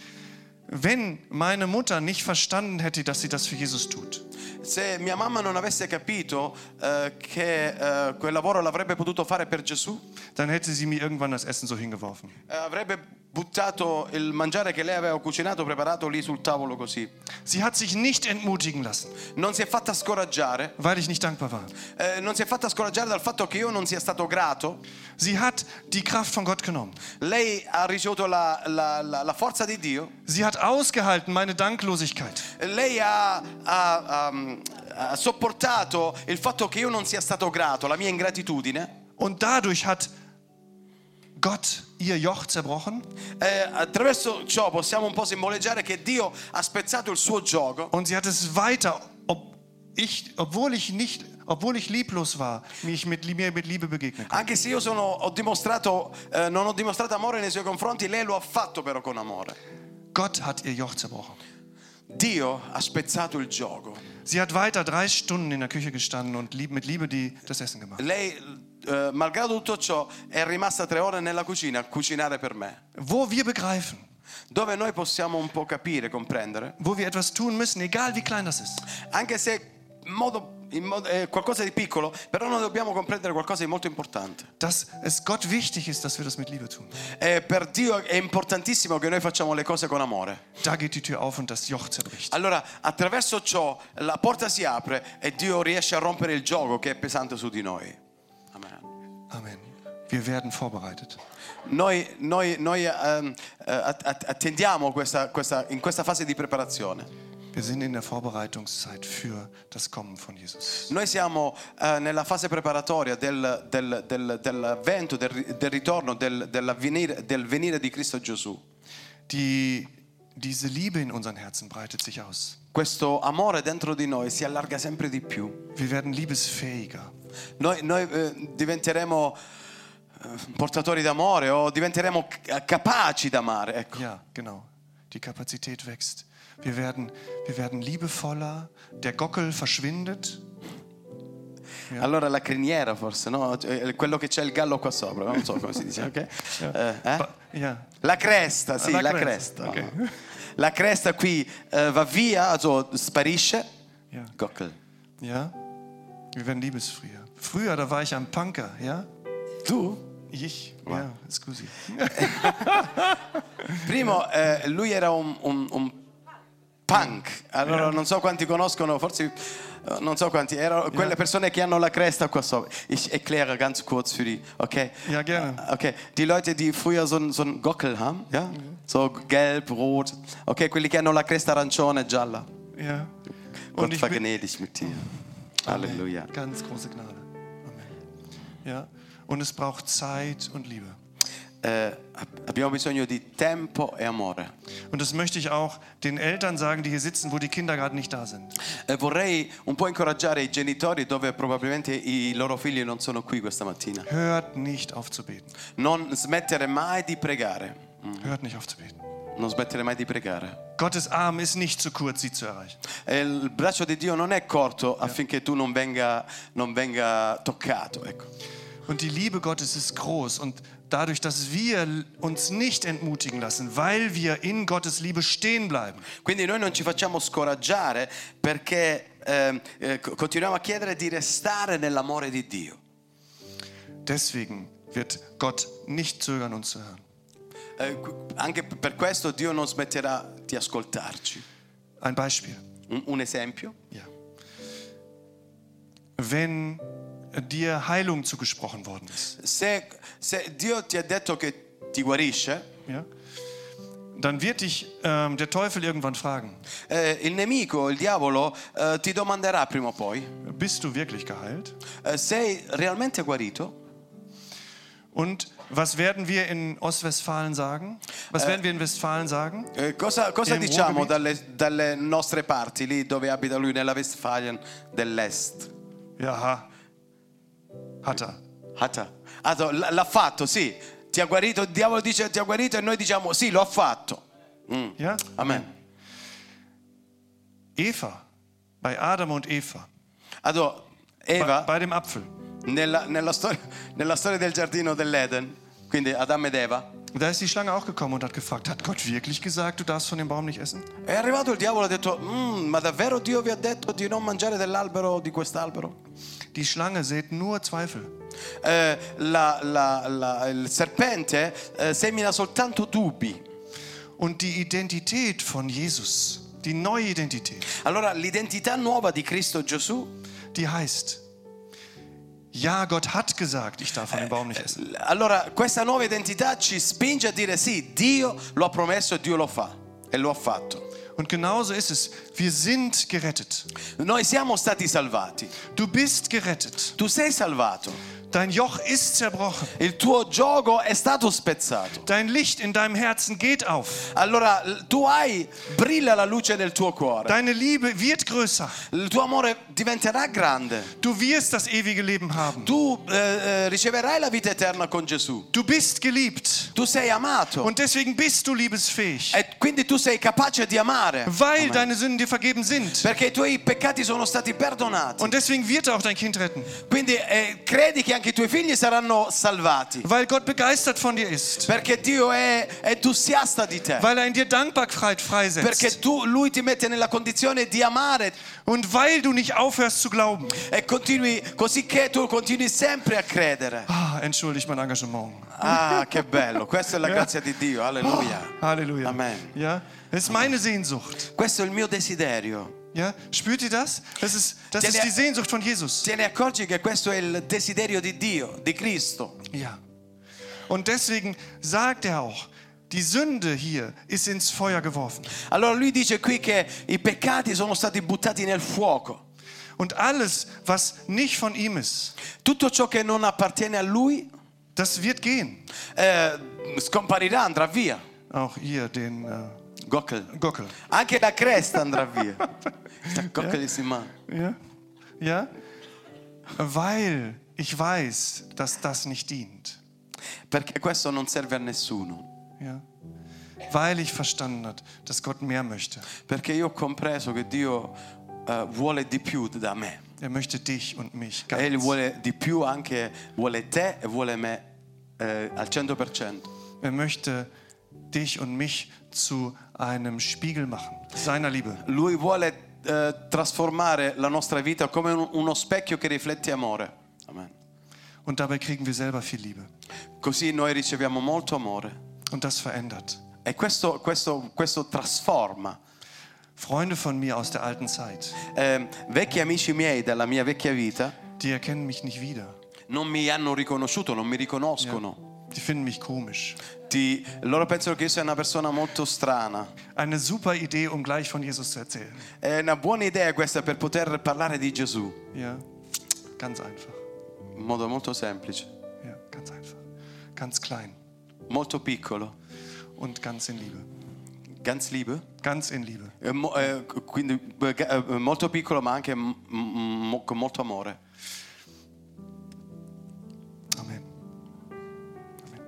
Wenn meine Mutter nicht verstanden hätte, dass sie das für Jesus tut,
Se mia mamma non avesse capito eh, che eh, quel lavoro l'avrebbe potuto fare per Gesù,
dann hätte sie mir irgendwann das Essen so hingeworfen.
Eh, avrebbe buttato il mangiare che lei aveva cucinato preparato lì sul tavolo così.
Sie hat sich nicht entmutigen lassen,
Non si è fatta scoraggiare,
weil ich nicht dankbar war.
eh, non si è fatta scoraggiare dal fatto che io non sia stato grato.
Sie hat die Kraft von Gott genommen.
Lei ha ricevuto la, la- la- la forza di Dio,
Sie hat ausgehalten meine Danklosigkeit.
lei ha, ha- ha, mm, ha sopportato il fatto che io non sia stato grato, la mia ingratitudine.
Und dadurch hat Gott ihr Joch zerbrochen
Eh, attraverso ciò possiamo un po' simboleggiare che Dio ha spezzato il suo gioco
und sie hat es weiter, ob ich, obwohl ich nicht, obwohl ich lieblos war, mich mit, mir mit Liebe begegnet.
Anche se io sono- ho dimostrato, eh, non ho dimostrato amore nei suoi confronti, lei lo ha fatto però con amore.
Gott hat ihr Joch zerbrochen.
Dio ha spezzato il gioco.
Sie hat weiter drei Stunden in der Küche gestanden und lieb, mit Liebe die, das Essen gemacht.
Lei, eh, malgrado tutto ciò, è rimasta tre ore nella cucina a cucinare per me.
Wo wir begreifen,
Dove noi possiamo un po' capire, comprendere,
wo wir etwas tun müssen, egal wie klein das ist.
anche se in modo- in modo- eh, qualcosa di piccolo, però noi dobbiamo comprendere qualcosa di molto importante.
dass es Gott wichtig ist, dass wir das mit Liebe tun.
Eh, per Dio è importantissimo che noi facciamo le cose con amore.
Da geht die Tür auf und das Joch zerbricht.
Allora, attraverso ciò la porta si apre e Dio riesce a rompere il gioco che è pesante su di noi. Amen.
Amen. Wir werden vorbereitet.
Noi, noi- noi, ehm, eh, att- att- attendiamo questa- questa- in questa fase di preparazione.
Wir sind in der Vorbereitungszeit für das Kommen von Jesus.
Noi siamo eh, nella fase preparatoria del, del- del- dell'avvento, del, ri- del ritorno, del, dell'avvenire- del venire di Cristo Gesù.
Die, diese Liebe in unseren Herzen breitet sich aus.
Questo amore dentro di noi si allarga sempre di più.
Wir werden liebesfähiger.
Noi, noi, eh, diventeremo eh, portatori d'amore o diventeremo c- eh, capaci d'amare. Ecco.
Ja, genau. Die Kapazität wächst. Wir werden, wir werden liebevoller. Der Gockel verschwindet.
Allora la criniera forse, no? Eh, Quello che c'è il gallo qua sopra, non so come si dice, ok? Eh, eh?
Ba- Ja,
La cresta, sì,
La
la,
cresta,
cresta.
ok.
La cresta qui eh, va via, also, sparisce.
ja,
Gockel.
ja. Wir werden liebesfreier. Früher, da war ich ein Punker, ja?
Tu?
Ich? Ja, scusi.
Primo, eh, lui era un, un- un punk, allora non so quanti conoscono, forse eh, non so quanti, erano quelle persone che hanno la cresta qua sopra. Ich erkläre ganz kurz für die, okay? Eh,
Ja, gerne.
Okay, die Leute, die früher so, n- so einen Gockel haben, ja?
Mhm.
So gelb, rot, okay, quelli che hanno la cresta arancione e gialla.
Ja.
Gott
ich bin-
vergnädig mit dir. Halleluja.
Ganz große Gnade. Amen. Ja. Und es braucht Zeit und Liebe.
Eh, ab- abbiamo bisogno di tempo e amore.
Und das möchte ich auch den Eltern sagen, die hier sitzen, wo die Kinder gerade nicht da sind.
Eh, vorrei un po' incoraggiare i genitori dove probabilmente i loro figli non sono qui questa mattina.
Hört nicht auf zu beten.
Non smettere mai di pregare.
Hört nicht auf zu beten.
Non smettere mai di pregare.
Gottes Arm ist nicht zu kurz, sie zu erreichen.
E il braccio di Dio non è corto affinché tu non venga, non venga toccato. Ecco.
Und die Liebe Gottes ist groß. Und dadurch, dass wir uns nicht entmutigen lassen, weil wir in Gottes Liebe stehen bleiben,
Quindi noi non ci facciamo scoraggiare perché ehm, eh, co- continuiamo a chiedere di restare nell'amore di Dio.
deswegen wird Gott nicht zögern, uns zu hören.
Eh, qu- anche p- per questo Dio non smetterà di ascoltarci.
Ein Beispiel.
Un- un esempio?
Ja. Wenn dir Heilung zugesprochen worden ist,
Se, se Dio ti ha detto che ti guarisce,
ja, dann wird dich ähm, der Teufel irgendwann fragen,
eh, il nemico, il diavolo, eh, ti domanderà prima o poi,
bist du wirklich geheilt?
eh, sei realmente guarito?
Und was werden wir in Ostwestfalen sagen? Was werden wir in Westfalen sagen?
Eh, cosa cosa
Nel
diciamo
Ruhrgebiet?
dalle, dalle nostre parti, lì dove abita lui, nella Westfalen dell'Est?
Ja, ha. hat er.
Hata. Ah, so, l- l'ha fatto, sì. Ti ha guarito, il diavolo dice ti ha guarito e noi diciamo sì, lo ha fatto.
Ja?
Amen.
Eva, bei Adam und Eva,
Allora,
bei,
Eva,
bei dem Apfel.
nella, nella storia, nella storia del giardino dell'Eden, quindi Adamo ed Eva,
Da ist die Schlange auch gekommen und hat gefragt, hat Gott wirklich gesagt, du darfst von dem Baum nicht essen?
È arrivato il diavolo e ha detto, "Mm, ma davvero Dio vi ha detto di non mangiare dell'albero di quest'albero?
Die Schlange sät nur Zweifel.
Eh, la- la- la- il serpente eh, semina soltanto dubbi.
Und die Identität von Jesus, die neue Identität,
Allora l'identità nuova di Cristo Gesù,
die heißt, ja, Gott hat gesagt, ich darf von dem Baum nicht essen.
l- allora questa nuova identità ci spinge a dire sì, Dio lo ha promesso e Dio lo fa e lo ha fatto.
Und genauso ist es. Wir sind gerettet.
Noi siamo stati salvati,
Du bist gerettet.
tu sei salvato,
Dein Joch ist zerbrochen.
il tuo gioco è stato spezzato.
Dein Licht in deinem Herzen geht auf.
Allora l- tu hai, brilla la luce nel tuo cuore,
Deine Liebe wird größer.
il tuo amore diventerà grande.
Du wirst das ewige Leben haben.
Tu eh, eh, riceverai la vita eterna con Gesù.
Du bist geliebt.
Tu sei amato
Und deswegen bist du liebesfähig.
e quindi tu sei capace di amare
Weil deine Sünden dir vergeben sind.
perché i tuoi peccati sono stati perdonati.
Und deswegen wird er auch dein Kind retten.
Quindi eh, credi che anche i tuoi figli saranno salvati
Weil Gott begeistert von dir ist.
perché Dio è entusiasta di te.
Weil er in dir Dankbarkeit
Perché
freisetzt.
tu, lui ti mette nella condizione di amare
Und weil du nicht aufhörst zu glauben.
e continui così che tu continui sempre a credere.
Ah, entschuldigt mein Engagement.
Ah, che bello! Questa è la grazia di Dio, alleluia.
Halleluja.
Amen.
Ja, das ist meine Sehnsucht.
Questo è il mio desiderio.
Ja, spürt ihr das? Das ist, das
Der-
ist die Sehnsucht von Jesus.
Te ne accorgi che questo è il desiderio di Dio, di Cristo.
Ja. Und deswegen sagt er auch, die Sünde hier ist ins Feuer geworfen.
Allora lui dice qui che i peccati sono stati buttati nel fuoco.
Und alles, was nicht von ihm ist,
Tutto ciò che non appartiene a lui
das wird gehen.
eh, scomparirà, andrà via.
Auch ihr, den äh,
Gockel.
Gockel.
Anche la cresta andrà via. Sta Gockel is in mano.
Ja? Ja? Weil ich weiß, dass das nicht dient.
Perché questo non serve a nessuno.
Ja? Weil ich verstanden habe, dass Gott mehr möchte.
Perché io ho compreso che Dio eh, vuole di più da me.
Er möchte dich und mich ganz.
Egli vuole di più anche, vuole te e vuole me eh, al 100%.
Er möchte dich und mich zu einem Spiegel machen, seiner Liebe.
Lui vuole eh, trasformare la nostra vita come un- uno specchio che riflette amore.
Und dabei kriegen wir selber viel Liebe.
Così noi riceviamo molto amore.
Und das verändert.
E questo, questo, questo trasforma.
Freunde von mir aus der alten Zeit,
Ehm, vecchi amici miei della mia vecchia vita
die erkennen mich nicht wieder.
non mi hanno riconosciuto, non mi riconoscono.
Die finden mich komisch.
Ti- loro pensano che io sia una persona molto strana.
Eine super Idee, um gleich von Jesus zu erzählen.
È una buona idea questa per poter parlare di Gesù
Ja, ganz einfach.
in modo molto semplice,
Ja, ganz einfach. Ganz klein
molto piccolo.
und ganz in Liebe.
Ganz liebe.
Ganz in Liebe.
Eh, mo- eh, quindi eh, ga- eh, molto piccolo ma anche m- m- mo- con molto amore.
Amen. Amen.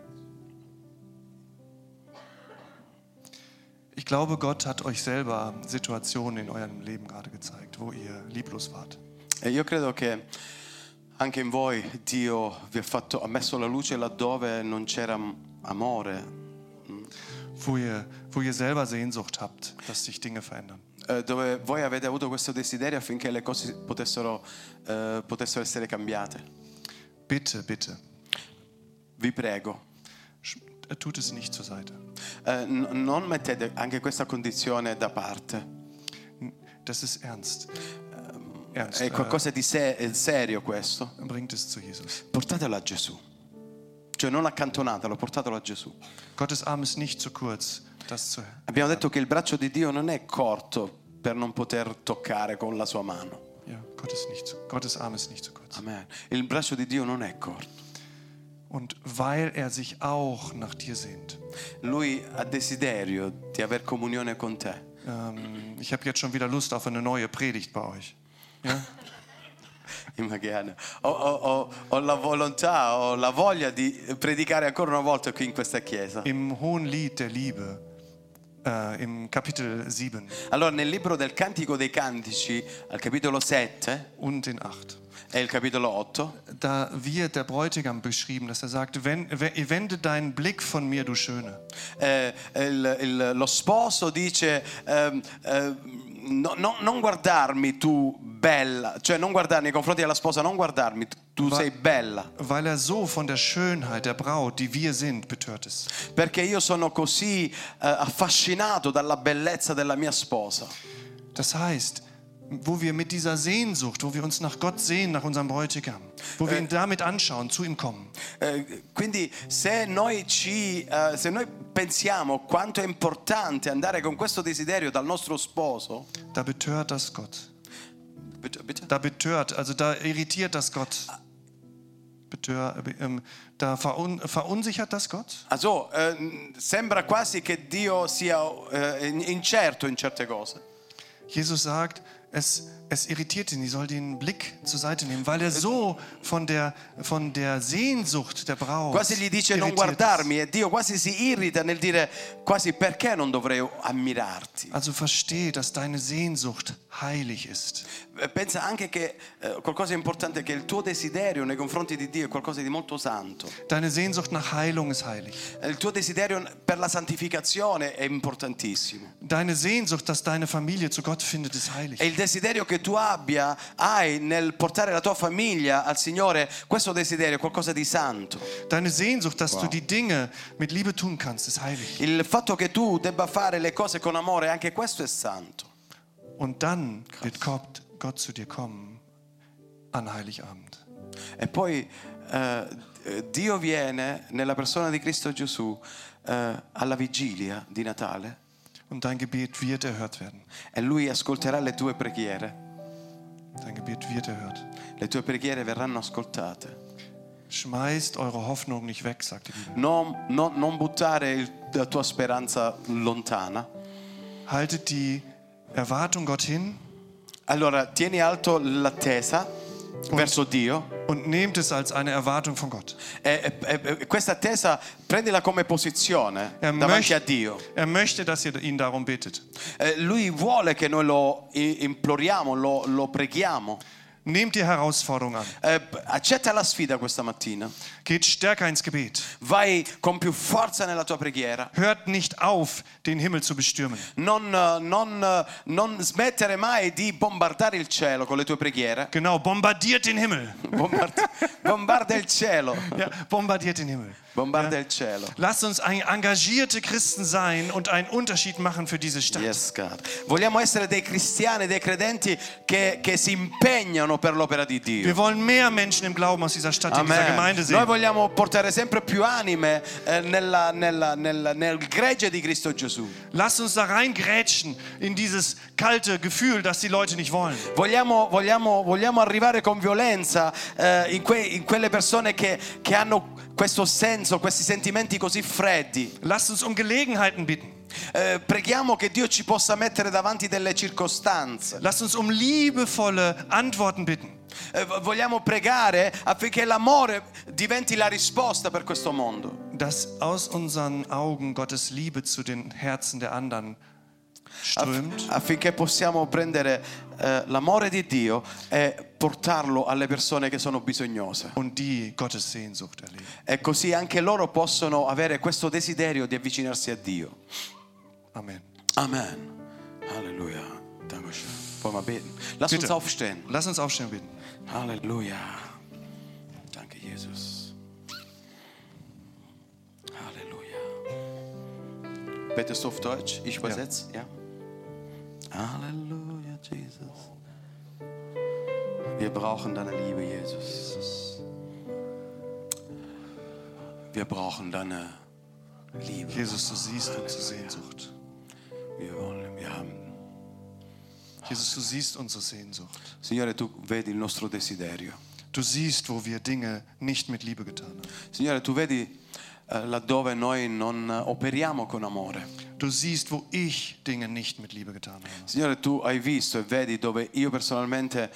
Ich glaube, Gott hat euch selber Situationen in eurem Leben gerade gezeigt, wo ihr lieblos wart.
E io credo che anche in voi Dio vi ha, fatto- ha messo la luce laddove non c'era m- amore,
Wo ihr, wo ihr selber Sehnsucht habt, dass sich Dinge verändern.
eh, dove voi avete avuto questo desiderio affinché le cose potessero, eh, potessero essere cambiate.
Bitte, bitte,
Vi prego,
sch- äh, tut es nicht zur Seite.
eh, n- non mettete anche questa condizione da parte.
N- Das ist ernst. Ernst.
È
Äh,
qualcosa di se- eh, serio questo.
bringt es zu Jesus.
Portatelo a Gesù. Cioè non accantonatelo, portatelo a Gesù.
Gottes Arm ist nicht zu kurz, das zu
Abbiamo detto che il braccio di Dio non è corto per non poter toccare con la sua mano.
Ja, Gott ist nicht zu, Gottes Arm ist nicht zu kurz.
Amen. Il braccio di Dio non è corto.
Und weil er sich auch nach dir sehnt.
Lui ha desiderio di aver comunione con te.
Ähm, ich habe jetzt schon wieder Lust auf eine neue Predigt bei euch. Ja?
Imagina. Ho, ho- ho- ho la volontà, ho la voglia di predicare ancora una volta qui in questa chiesa.
Im Hohen Lied der Liebe, äh, im Kapitel 7
Allora, nel libro del Cantico dei Cantici, al capitolo 7
und in 8,
e il capitolo 8,
da wird der Bräutigam beschrieben, dass er sagt, wenn, we- wende deinen Blick von mir, du Schöne.
eh, il- il- lo sposo dice ehm, ehm, no- no- non guardarmi tu bella, cioè non guardarmi nei confronti della sposa, non guardarmi tu sei bella,
Weil er so von der Schönheit der Braut, die wir sind, betört ist.
perché io sono così eh, affascinato dalla bellezza della mia sposa.
Das heißt, wo wir mit dieser Sehnsucht, wo wir uns nach Gott sehen, nach unserem Bräutigam, wo wir ihn damit anschauen, zu ihm kommen,
Eh, quindi se noi, ci, eh, se noi pensiamo quanto è importante andare con questo desiderio dal nostro sposo,
da betört das Gott.
bitte, bitte?
Da betört, also da irritiert das Gott. Betör, ähm, da verun, verunsichert das Gott.
Ah, so, eh, sembra quasi che Dio sia eh, in- incerto in certe cose.
Jesus sagt, es, es irritiert ihn, ich soll den Blick zur Seite nehmen, weil er so von der, von der Sehnsucht der Braut
Quasi gli dice non
irritiert ist.
guardarmi e Dio quasi si irrita nel dire quasi perché non dovrei ammirarti.
Also verstehe, dass deine Sehnsucht heilig ist.
Eh, Pensa anche che eh, qualcosa di importante è che il tuo desiderio nei confronti di Dio è qualcosa di molto santo.
Deine Sehnsucht nach Heilung ist heilig.
Eh, Il tuo desiderio per la santificazione è importantissimo.
Deine Sehnsucht, dass deine Familie zu Gott findet, ist heilig.
E il desiderio che tu abbia, hai nel portare la tua famiglia al Signore, questo desiderio è qualcosa di santo.
Deine Sehnsucht, dass du die Dinge mit Liebe tun kannst, ist heilig.
Il fatto che tu debba fare le cose con amore, anche questo è santo.
Und dann wird Gott, Gott zu dir kommen an Heiligabend.
E poi eh, eh, Dio viene nella persona di Cristo Gesù eh, alla vigilia di Natale
Und dein Gebet wird erhört werden.
e lui ascolterà le tue preghiere.
Dein Gebet wird erhört.
Le tue preghiere verranno ascoltate.
Schmeißt eure Hoffnung nicht weg, sagt die Bibel.
Non, non- non buttare il- la tua speranza lontana.
Haltet die Erwartung Gott hin
Allora, tieni alto l'attesa verso Dio
und nehmt es als eine Erwartung von Gott.
e, e- e- e questa attesa prendila come posizione
Er,
davanti a
möcht,
Dio.
er möchte, dass ihr ihn darum betet.
Eh, lui vuole che noi lo i- imploriamo, lo, lo preghiamo.
Nehmt die Herausforderung an.
Eh, b- accetta la sfida questa mattina.
Geht stärker ins Gebet.
Vai con più forza nella tua preghiera.
Hört nicht auf, den Himmel zu bestürmen.
Non, eh, non, eh, non smettere mai di bombardare il cielo con le tue preghiere.
Genau, bombardiert den Himmel.
Bombard- bombarda il cielo.
Ja, bombardiert den Himmel.
Bombarda il cielo.
Lasst uns ein engagierte Christen sein und einen Unterschied machen für diese Stadt.
Yes, God. Vogliamo essere dei cristiani, dei credenti che, che si impegnano per l'opera di Dio.
Wir wollen mehr Menschen im Glauben aus dieser Stadt, in dieser
Amen.
Gemeinde
Noi
sehen.
vogliamo portare sempre più anime eh, nella- nella- nel, nel gregge di Cristo Gesù.
Lasst uns da reingrätschen in dieses kalte Gefühl, das die Leute nicht wollen.
Vogliamo, vogliamo- vogliamo arrivare con violenza eh, in, que- in quelle persone che, che hanno questo senso, questi sentimenti così freddi.
Lasst uns um Gelegenheiten bitten.
Eh, preghiamo che Dio ci possa mettere davanti delle circostanze.
Lasst uns um liebevolle Antworten bitten.
Eh, v- vogliamo pregare affinché l'amore diventi la risposta per questo mondo.
Dass aus unseren Augen Gottes Liebe zu den Herzen der anderen strömt.
Affinché possiamo prendere eh, l'amore di Dio e portarlo alle persone che sono bisognose.
Und die Gottes Sehnsucht erleben.
E così anche loro possono avere questo desiderio di avvicinarsi a Dio.
Amen.
Amen. Halleluja. Dankeschön. Wollen wir beten? Lass uns aufstehen.
Lass uns aufstehen und beten.
Halleluja. Danke, Jesus. Halleluja. Betest du auf Deutsch? Ich übersetze, ja? Halleluja, Jesus. Wir brauchen deine Liebe, Jesus. Wir brauchen deine Liebe.
Jesus, du siehst unsere Sehnsucht.
Wir, wollen, wir haben
Jesus, du siehst unsere Sehnsucht.
Signore, tu vedi il nostro desiderio.
Du siehst, wo wir Dinge nicht mit Liebe getan haben.
Signore, tu vedi eh, laddove noi non operiamo con amore.
Du siehst, wo ich Dinge nicht mit Liebe getan habe.
Signore, tu hai visto e vedi dove io personalmente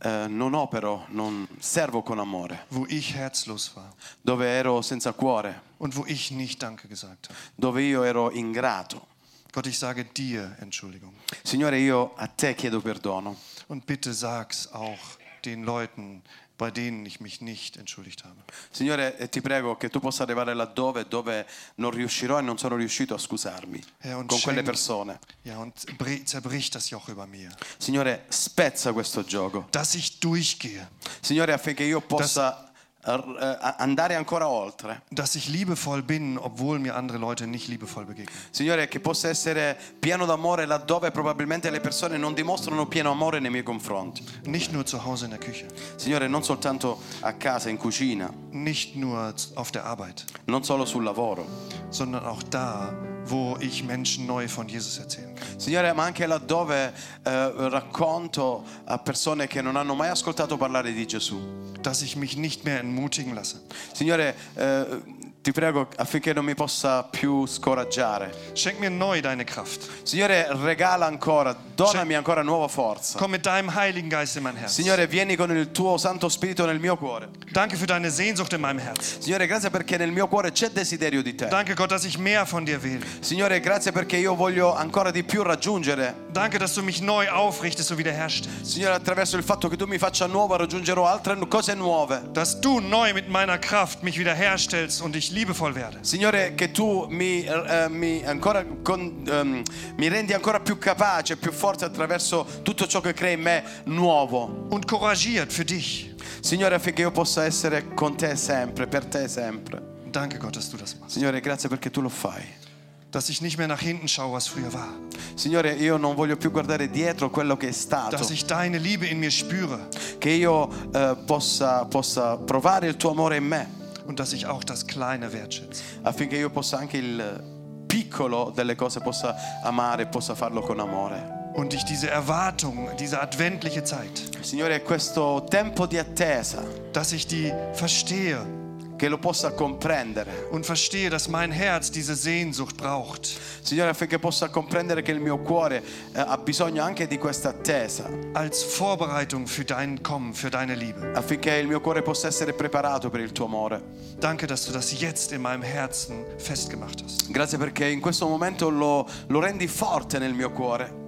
eh, non opero, non servo con amore,
Wo ich herzlos war.
dove ero senza cuore,
Und wo ich nicht Danke gesagt habe.
dove io ero ingrato.
Gott, ich sage dir Entschuldigung.
Signore, io a te chiedo perdono
Und bitte sag's auch den Leuten, bei denen ich mich nicht entschuldigt habe.
Signore, eh, ti prego che tu possa arrivare laddove dove non riuscirò e non sono riuscito a scusarmi
Ja,
con
und
quelle
schenk-
persone.
Ja, und bre- zerbricht das Joch über mir.
Signore, spezza questo gioco.
Dass ich durchgehe.
Signore, affinché io possa r- eh, andare ancora oltre.
Dass ich liebevoll bin, obwohl mir andere Leute nicht liebevoll begegnen.
Signore, che possa essere pieno d'amore laddove probabilmente le persone non dimostrano pieno amore nei miei confronti.
Nicht nur zu Hause in der Küche.
Signore, non soltanto a casa, in cucina,
Nicht nur z- auf der Arbeit.
non solo sul lavoro.
sondern auch da, wo ich Menschen neu von Jesus erzählen kann.
Signore, ma anche laddove eh, racconto a persone che non hanno mai ascoltato parlare di Gesù.
Dass ich mich nicht mehr entmutigen lasse.
Signore, eh, ti prego affinché non mi possa più scoraggiare.
Schenk mir neu deine Kraft.
Signore, regala ancora, donami ancora nuova forza.
Komm mit deinem Heiligen Geist in mein Herz.
Signore, vieni con il tuo Santo Spirito nel mio cuore.
Danke für deine Sehnsucht in meinem Herz.
Signore, grazie perché nel mio cuore c'è desiderio di te.
Danke, Gott, dass ich mehr von dir will.
Signore, grazie perché io voglio ancora di più raggiungere.
Danke, dass du mich neu aufrichtest und wiederherstellst.
Signore, attraverso il fatto che tu mi faccia nuovo raggiungerò altre nu- cose nuove.
Dass du neu mit meiner Kraft mich wiederherstellst und ich liebevoll werde.
Signore, che tu mi, eh, mi ancora con- ehm, mi rendi ancora più capace, più forte attraverso tutto ciò che crei in me nuovo.
Und couragiert für dich.
Signore, affinché io possa essere con te sempre, per te sempre.
Danke, Gott, dass du das machst.
Signore, grazie perché tu lo fai.
Dass ich nicht mehr nach hinten schaue, was früher war.
Signore, io non voglio più guardare dietro quello che è stato,
Dass ich deine Liebe in mir spüre.
che io eh, possa, possa provare il tuo amore in me.
Und dass ich auch das Kleine wertschätze.
affinché io possa anche il piccolo delle cose possa amare, possa farlo con amore.
und ich diese Erwartung, diese adventliche Zeit,
Signore, questo tempo di attesa,
dass ich die verstehe
che lo possa comprendere.
und verstehe, dass mein Herz diese Sehnsucht braucht.
Signore, affinché possa comprendere che il mio cuore eh, ha bisogno anche di questa attesa,
Als Vorbereitung für dein Kommen, für deine Liebe.
affinché il mio cuore possa essere preparato per il tuo amore.
Danke, dass du das jetzt in meinem Herzen festgemacht hast.
Grazie perché in questo momento lo, lo rendi forte nel mio cuore.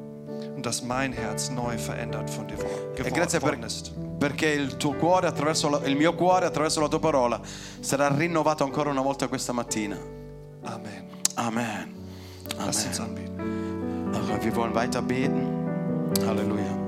Und dass mein Herz neu verändert von dir
E grazie,
geworden
per-
ist.
perché il tuo cuore, attraverso la- il mio cuore, attraverso la tua parola, sarà rinnovato ancora una volta questa mattina.
Amen.
Amen.
Lasst uns
Amen.
anbeten.
Ach, wir wollen weiter beten. Halleluja.